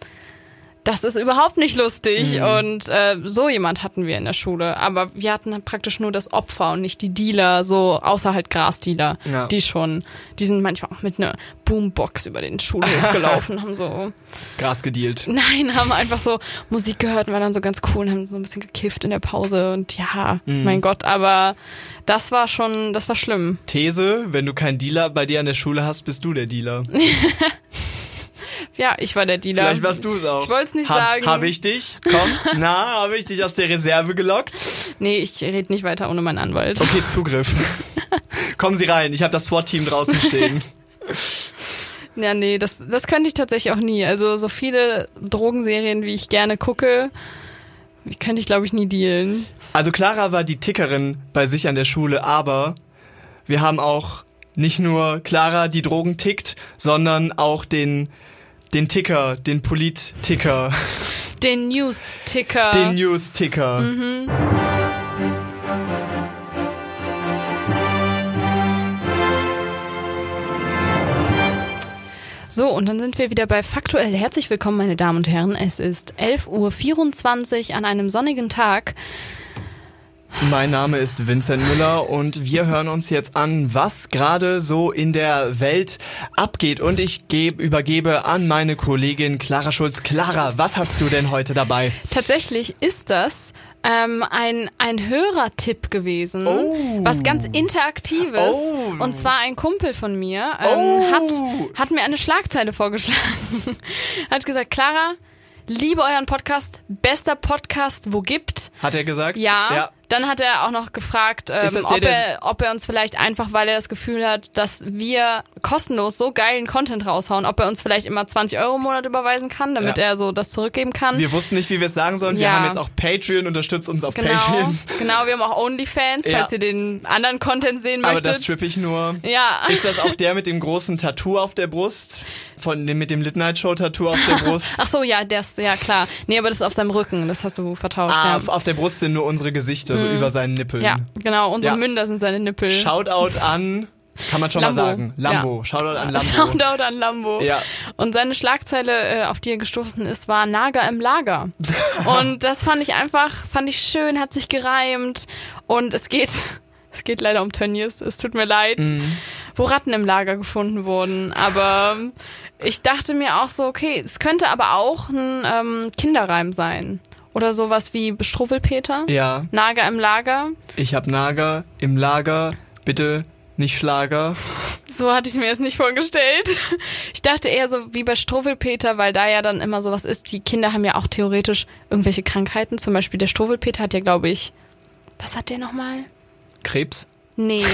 A: das ist überhaupt nicht
B: Mhm.
A: lustig. Und äh, so jemand hatten wir in der Schule. Aber wir hatten halt praktisch nur das Opfer und nicht die Dealer, so außer halt Grasdealer.
B: Ja.
A: Die schon, die sind manchmal auch mit einer Boombox über den
B: *laughs*
A: Schulhof gelaufen, haben so
B: Gras gedealt.
A: Nein, haben einfach so Musik gehört und waren dann so ganz cool und haben so ein bisschen gekifft in der Pause und ja,
B: Mhm.
A: mein Gott, aber das war schon, das war schlimm.
B: These, wenn du keinen Dealer bei dir an der Schule hast, bist du der Dealer.
A: Ja, ich war der Dealer.
B: Vielleicht warst du es auch.
A: Ich wollt's nicht
B: hab,
A: sagen.
B: Hab ich dich? Komm. Na, hab ich dich aus der Reserve gelockt?
A: Nee, ich rede nicht weiter ohne meinen Anwalt.
B: Okay, Zugriff. Kommen Sie rein. Ich habe das SWAT-Team draußen stehen.
A: Ja, nee, das, das könnte ich tatsächlich auch nie. Also so viele Drogenserien, wie ich gerne gucke, könnte ich, glaube ich, nie dealen.
B: Also Clara war die Tickerin bei sich an der Schule, aber wir haben auch nicht nur Clara, die Drogen tickt, sondern auch den den Ticker, den Polit-Ticker,
A: Den News-Ticker.
B: den News-Ticker.
A: Mhm. So, und dann sind wir wieder bei Faktuell. Herzlich willkommen, meine Damen und Herren. Es ist 11.24 Uhr an einem sonnigen Tag.
B: Mein Name ist Vincent Müller und wir hören uns jetzt an, was gerade so in der Welt abgeht. Und ich geb, übergebe an meine Kollegin Clara Schulz. Clara, was hast du denn heute dabei?
A: Tatsächlich ist das ähm, ein, ein Hörertipp gewesen,
B: Oh.
A: was ganz Interaktives.
B: Oh.
A: Und zwar ein Kumpel von mir ähm,
B: Oh.
A: hat, hat mir eine Schlagzeile vorgeschlagen. *laughs* hat gesagt, Clara, liebe euren Podcast, bester Podcast, wo gibt?
B: Hat er gesagt?
A: Ja. Dann hat er auch noch gefragt, ähm,
B: Ist das der,
A: ob,
B: der-
A: er, ob er uns vielleicht einfach, weil er das Gefühl hat, dass wir kostenlos so geilen Content raushauen, ob er uns vielleicht immer 20 Euro im Monat überweisen kann, damit
B: Ja.
A: er so das zurückgeben kann.
B: Wir wussten nicht, wie wir es sagen sollen. Wir
A: Ja.
B: haben jetzt auch Patreon, unterstützt uns auf
A: Genau,
B: Patreon.
A: genau, wir haben auch OnlyFans,
B: Ja.
A: falls ihr den anderen Content sehen
B: Aber
A: möchtet.
B: das tripp ich nur.
A: ja,
B: Ist das auch der mit dem großen Tattoo auf der Brust? Von dem mit dem Midnight Show Tattoo auf
A: *laughs*
B: der Brust?
A: ach so, ja, das, ja klar. Nee, aber das ist auf seinem Rücken, das hast du vertauscht.
B: Ah,
A: ja.
B: auf, auf der Brust sind nur unsere Gesichter, so über seinen Nippeln.
A: Mhm. ja, genau, unsere
B: Ja.
A: Münder sind seine Nippel.
B: *laughs* Shoutout an, kann man schon
A: Lambo.
B: mal sagen. Lambo.
A: *laughs*
B: Shoutout an Lambo.
A: Shoutout an Lambo.
B: Ja.
A: Und seine Schlagzeile, äh, auf die er gestoßen ist, war Nager im Lager. und das fand ich einfach, fand ich schön, hat sich gereimt. Und es geht, *laughs* es geht leider um Tönnies, es tut mir leid, wo Ratten im Lager gefunden wurden. Aber ähm, ich dachte mir auch so, okay, es könnte aber auch ein ähm, Kinderreim sein. Oder sowas wie Bestruffelpeter.
B: Ja,
A: Nager im Lager.
B: ich hab Nager im Lager. Bitte nicht Schlager.
A: So hatte ich mir es nicht vorgestellt. Ich dachte eher so wie bei Strohwelpeter, weil da ja dann immer sowas ist. Die Kinder haben ja auch theoretisch irgendwelche Krankheiten. Zum Beispiel der Strohwelpeter hat ja,
B: *laughs*
A: glaube ich, was hat der nochmal?
B: Krebs.
A: Nee.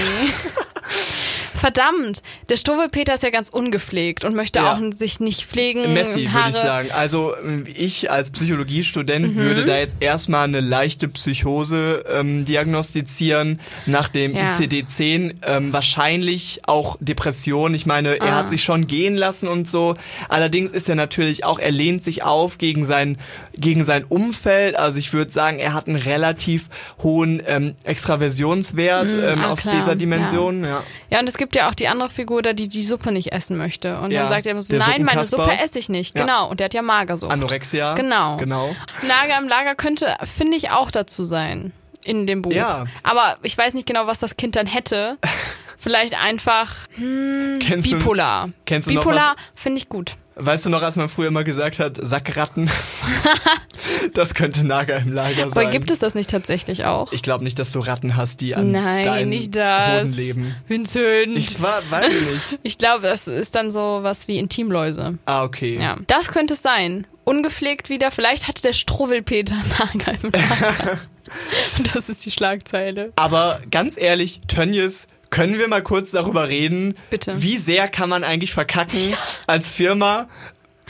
A: Verdammt, der Struwwelpeter ist ja ganz ungepflegt und möchte
B: Ja.
A: auch sich nicht pflegen.
B: Messi,
A: Hm, Haare. Mhm.
B: würde ich sagen. Also ähm, ich als Psychologiestudent würde da jetzt erstmal eine leichte Psychose ähm, diagnostizieren, nach dem
A: Ja.
B: ICD-10 ähm, wahrscheinlich auch Depression. Ich meine, er
A: Ah.
B: hat sich schon gehen lassen und so. Allerdings ist er natürlich auch, er lehnt sich auf gegen sein, gegen sein Umfeld. Also ich würde sagen, er hat einen relativ hohen ähm, Extraversionswert ähm,
A: ah,
B: auf
A: klar,
B: dieser
A: ja.
B: Dimension. Ja.
A: Ja, und es gibt ja auch die andere Figur da, die die Suppe nicht essen möchte. Und
B: Ja,
A: dann sagt er immer so,
B: der
A: nein, meine
B: Suppenkasper.
A: Suppe esse ich nicht.
B: Ja.
A: Genau, und der hat ja Magersucht.
B: Anorexia.
A: Genau.
B: Genau.
A: Nager im Lager könnte, finde ich, auch dazu sein. In dem Buch.
B: Ja.
A: Aber ich weiß nicht genau, was das Kind dann hätte. Vielleicht einfach
B: *laughs*
A: Mhm.
B: Kennst du-
A: bipolar.
B: kennst du noch
A: bipolar finde ich gut.
B: Weißt du noch, als man früher immer gesagt hat,
A: *laughs*
B: Sackratten? das könnte Nager im Lager sein.
A: Aber gibt es das nicht tatsächlich auch?
B: ich glaube nicht, dass du Ratten hast, die an
A: Nein,
B: deinem
A: nicht das.
B: Boden leben.
A: Vincent. Ich,
B: Ich war, weiß
A: *laughs*
B: nicht.
A: glaube, das ist dann so was wie Intimläuse.
B: Ah, okay.
A: Ja. Das könnte es sein. Ungepflegt wieder. Vielleicht hatte der Struwwelpeter Nagel im
B: *laughs*
A: Lager. Und das ist die Schlagzeile.
B: Aber ganz ehrlich, Tönnies, können wir mal kurz darüber reden,
A: Bitte.
B: wie sehr kann man eigentlich verkacken als Firma?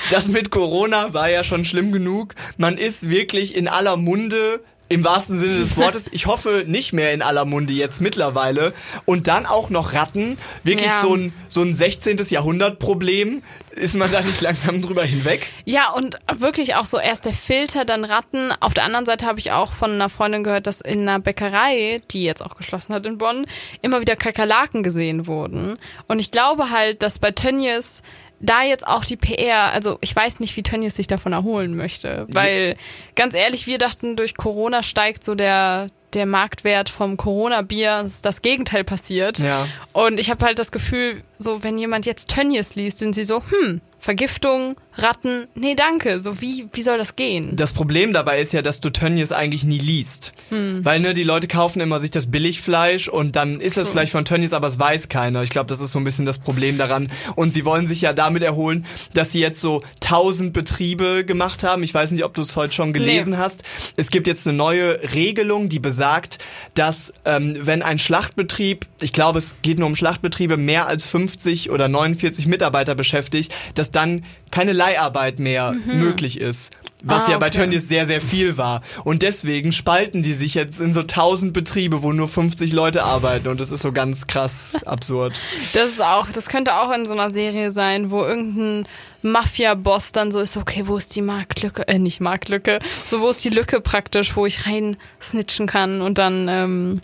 B: Das mit Corona war ja schon schlimm genug. Man ist wirklich in aller Munde. Im wahrsten Sinne des Wortes. Ich hoffe nicht mehr in aller Munde jetzt mittlerweile. Und dann auch noch Ratten. Wirklich
A: Ja.
B: so, ein, so ein 16. Jahrhundert-Problem. Ist man da nicht langsam drüber hinweg?
A: Ja, und wirklich auch so erst der Filter, dann Ratten. Auf der anderen Seite habe ich auch von einer Freundin gehört, dass in einer Bäckerei, die jetzt auch geschlossen hat in Bonn, immer wieder Kakerlaken gesehen wurden. Und ich glaube halt, dass bei Tönnies da jetzt auch die PR, also ich weiß nicht, wie Tönnies sich davon erholen möchte. Weil, ganz ehrlich, wir dachten, durch Corona steigt so der der Marktwert vom Corona-Bier, Es ist das Gegenteil passiert.
B: Ja.
A: Und ich habe halt das Gefühl, so wenn jemand jetzt Tönnies liest, sind sie so, hm, Vergiftung, Ratten, nee, danke. So wie, wie soll das gehen?
B: Das Problem dabei ist ja, dass du Tönnies eigentlich nie liest. Weil ne, die Leute kaufen immer sich das Billigfleisch und dann ist das Fleisch von Tönnies, aber es weiß keiner. Ich glaube, das ist so ein bisschen das Problem daran. Und sie wollen sich ja damit erholen, dass sie jetzt so 1000 Betriebe gemacht haben. Ich weiß nicht, ob du es heute schon gelesen hast. Es gibt jetzt eine neue Regelung, die besagt, dass ähm, wenn ein Schlachtbetrieb, ich glaube, es geht nur um Schlachtbetriebe, mehr als 50 oder 49 Mitarbeiter beschäftigt, dass dann keine Leiharbeit mehr möglich ist. Was
A: Ah,
B: ja bei
A: okay.
B: Tönnies sehr, sehr viel war. Und deswegen spalten die sich jetzt in so 1000 Betriebe, wo nur 50 Leute arbeiten. Und das ist so ganz krass absurd.
A: Das ist auch, das könnte auch in so einer Serie sein, wo irgendein Mafia-Boss dann so ist, okay, wo ist die Marktlücke, äh, nicht Marktlücke, so wo ist die Lücke praktisch, wo ich rein snitchen kann und dann ähm,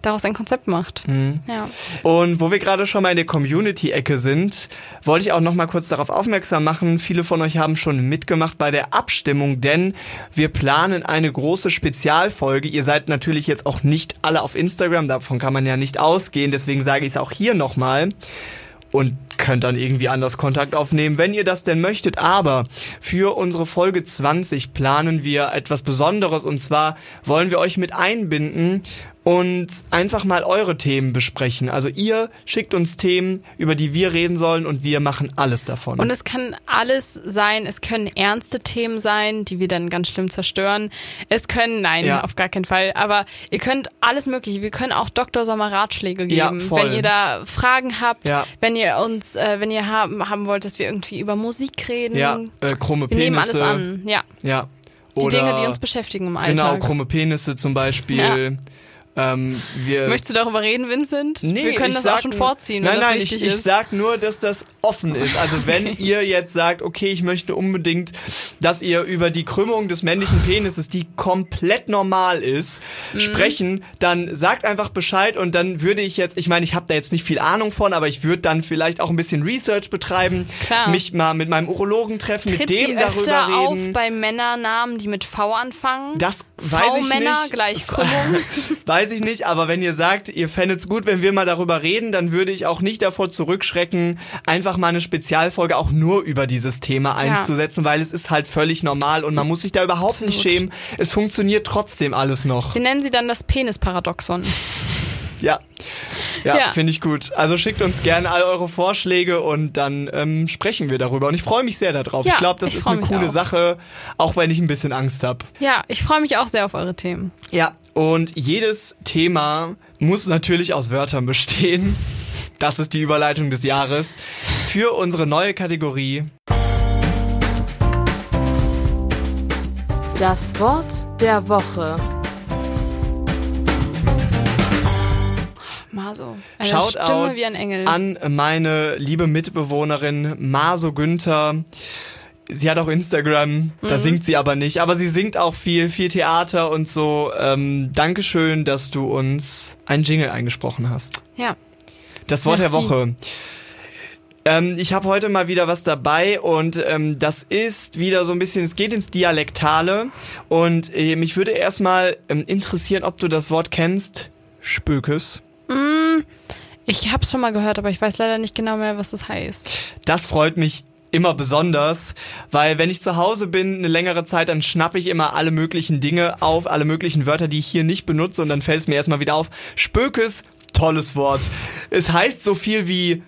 A: daraus ein Konzept macht. Ja.
B: Und wo wir gerade schon mal in der Community-Ecke sind, wollte ich auch noch mal kurz darauf aufmerksam machen. Viele von euch haben schon mitgemacht bei der Abstimmung, denn wir planen eine große Spezialfolge. Ihr seid natürlich jetzt auch nicht alle auf Instagram, davon kann man ja nicht ausgehen. Deswegen sage ich es auch hier noch mal. und könnt dann irgendwie anders Kontakt aufnehmen, wenn ihr das denn möchtet. Aber für unsere Folge 20 planen wir etwas Besonderes und zwar wollen wir euch mit einbinden und einfach mal eure Themen besprechen. Also ihr schickt uns Themen, über die wir reden sollen und wir machen alles davon.
A: Und es kann alles sein. Es können ernste Themen sein, die wir dann ganz schlimm zerstören. Es können, nein,
B: Ja.
A: auf gar keinen Fall. Aber ihr könnt alles Mögliche. Wir können auch Dr. Sommer Ratschläge geben,
B: Ja, voll.
A: wenn ihr da Fragen habt,
B: Ja.
A: wenn ihr uns, äh, wenn ihr haben, haben wollt, dass wir irgendwie über Musik reden.
B: ja, äh, krumme
A: wir
B: Penisse.
A: nehmen alles an. Ja,
B: Ja.
A: die
B: Oder
A: Dinge, die uns beschäftigen im
B: Genau,
A: Alltag.
B: krumme Penisse zum Beispiel. Ähm, wir
A: Möchtest du darüber reden, Vincent?
B: Nee,
A: wir können
B: ich
A: das
B: sag
A: auch schon
B: nur-
A: vorziehen,
B: Nein,
A: wenn das
B: nein,
A: wichtig
B: ich,
A: ist.
B: ich sag nur, dass das offen ist.
A: *laughs*
B: Also wenn ihr jetzt sagt, okay, ich möchte unbedingt, dass ihr über die Krümmung des männlichen Penises, die komplett normal ist,
A: Mhm.
B: sprechen, dann sagt einfach Bescheid und dann würde ich jetzt, ich meine, ich habe da jetzt nicht viel Ahnung von, aber ich würde dann vielleicht auch ein bisschen Research betreiben,
A: Klar.
B: mich mal mit meinem Urologen treffen,
A: Tritt
B: mit dem
A: sie
B: darüber
A: öfter auf
B: reden.
A: bei Männernamen, die mit V anfangen.
B: das weiß ich
A: V-Männer
B: nicht.
A: gleich
B: *laughs*
A: Krümmung.
B: Weiß ich nicht, aber wenn ihr sagt, ihr fändet's gut, wenn wir mal darüber reden, dann würde ich auch nicht davor zurückschrecken, einfach mal eine Spezialfolge auch nur über dieses Thema einzusetzen, weil es ist halt völlig normal und man muss sich da überhaupt nicht
A: Absolut.
B: schämen. Es funktioniert trotzdem alles noch.
A: Wir nennen sie dann das Penisparadoxon.
B: Ja. Ja,
A: Ja.
B: finde ich gut. Also schickt uns gerne all eure Vorschläge und dann ähm, sprechen wir darüber. Und ich freue mich sehr darauf.
A: Ja,
B: ich glaube, das
A: ich
B: ist
A: freu
B: eine
A: mich
B: coole
A: auch.
B: Sache, auch wenn ich ein bisschen Angst habe.
A: Ja, ich freue mich auch sehr auf eure Themen.
B: Ja, und jedes Thema muss natürlich aus Wörtern bestehen. Das ist die Überleitung des Jahres für unsere neue Kategorie.
C: Das Wort der Woche.
A: Maso. Eine Stimme
B: Shoutouts
A: wie ein Engel.
B: an meine liebe Mitbewohnerin Maso Günther. Sie hat auch Instagram,
A: Mhm.
B: da singt sie aber nicht, aber sie singt auch viel, viel Theater und so. Ähm, Dankeschön, dass du uns einen Jingle eingesprochen hast.
A: ja.
B: Das Wort der
A: Merci.
B: Woche. Ähm, ich habe heute mal wieder was dabei und ähm, das ist wieder so ein bisschen, es geht ins Dialektale und äh, mich würde erstmal ähm, interessieren, ob du das Wort kennst, Spökes.
A: Ich hab's schon mal gehört, aber ich weiß leider nicht genau mehr, was das heißt.
B: Das freut mich immer besonders, weil wenn ich zu Hause bin eine längere Zeit, dann schnappe ich immer alle möglichen Dinge auf, alle möglichen Wörter, die ich hier nicht benutze und dann fällt es mir erstmal wieder auf. Spökes, tolles Wort. Es heißt so viel wie,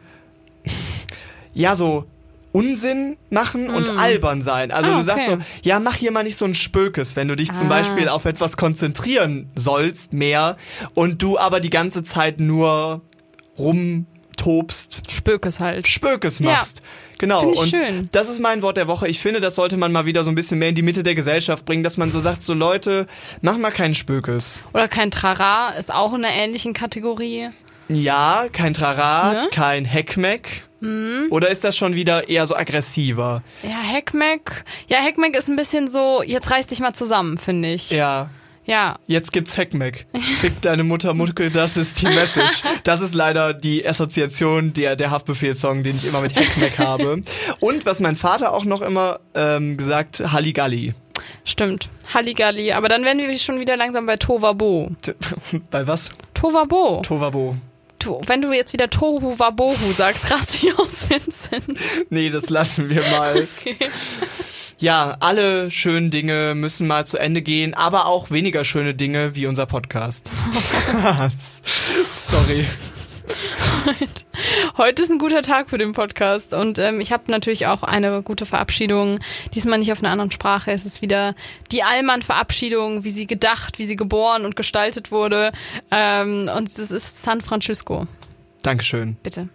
B: ja, so Unsinn machen und albern sein. Also
A: Mm. Ah,
B: du sagst
A: okay.
B: so, ja, mach hier mal nicht so ein Spökes, wenn du dich zum
A: Ah.
B: Beispiel auf etwas konzentrieren sollst mehr und du aber die ganze Zeit nur rumtobst
A: Spökes halt.
B: Spökes
A: Ja.
B: machst. Genau.
A: Find ich
B: Und
A: schön.
B: das ist mein Wort der Woche. Ich finde, das sollte man mal wieder so ein bisschen mehr in die Mitte der Gesellschaft bringen, dass man so sagt, so Leute, mach mal keinen Spökes.
A: Oder kein Trara ist auch in einer ähnlichen Kategorie.
B: Ja, kein Trara,
A: Ne? Mhm.
B: kein Heckmeck. Oder ist das schon wieder eher so aggressiver?
A: Ja, Heckmeck. Ja, Heckmeck ist ein bisschen so, jetzt reiß dich mal zusammen, finde ich.
B: Ja.
A: ja.
B: Jetzt
A: *laughs*
B: gibt's Heckmeck. Fick deine Mutter Mutke, das ist die Message. Das ist leider die Assoziation der, der Haftbefehl-Song, den ich immer mit Heckmeck habe. Und was mein Vater auch noch immer ähm, gesagt, Halligalli.
A: Stimmt. Halligalli. Aber dann wären wir schon wieder langsam bei Tovabo.
B: T- Bei was?
A: Tovabo.
B: Tovabo.
A: To wenn du jetzt wieder Tohu Wabohu sagst, rast dich aus, Vincent.
B: Nee, das lassen wir mal. Ja, alle schönen Dinge müssen mal zu Ende gehen, aber auch weniger schöne Dinge wie unser Podcast. *laughs* Sorry.
A: Heute ist ein guter Tag für den Podcast und ähm, ich habe natürlich auch eine gute Verabschiedung. Diesmal nicht auf einer anderen Sprache. Es ist wieder die Allmann-Verabschiedung, wie sie gedacht, wie sie geboren und gestaltet wurde. Ähm, und es ist San Francisco.
B: Dankeschön.
A: Bitte.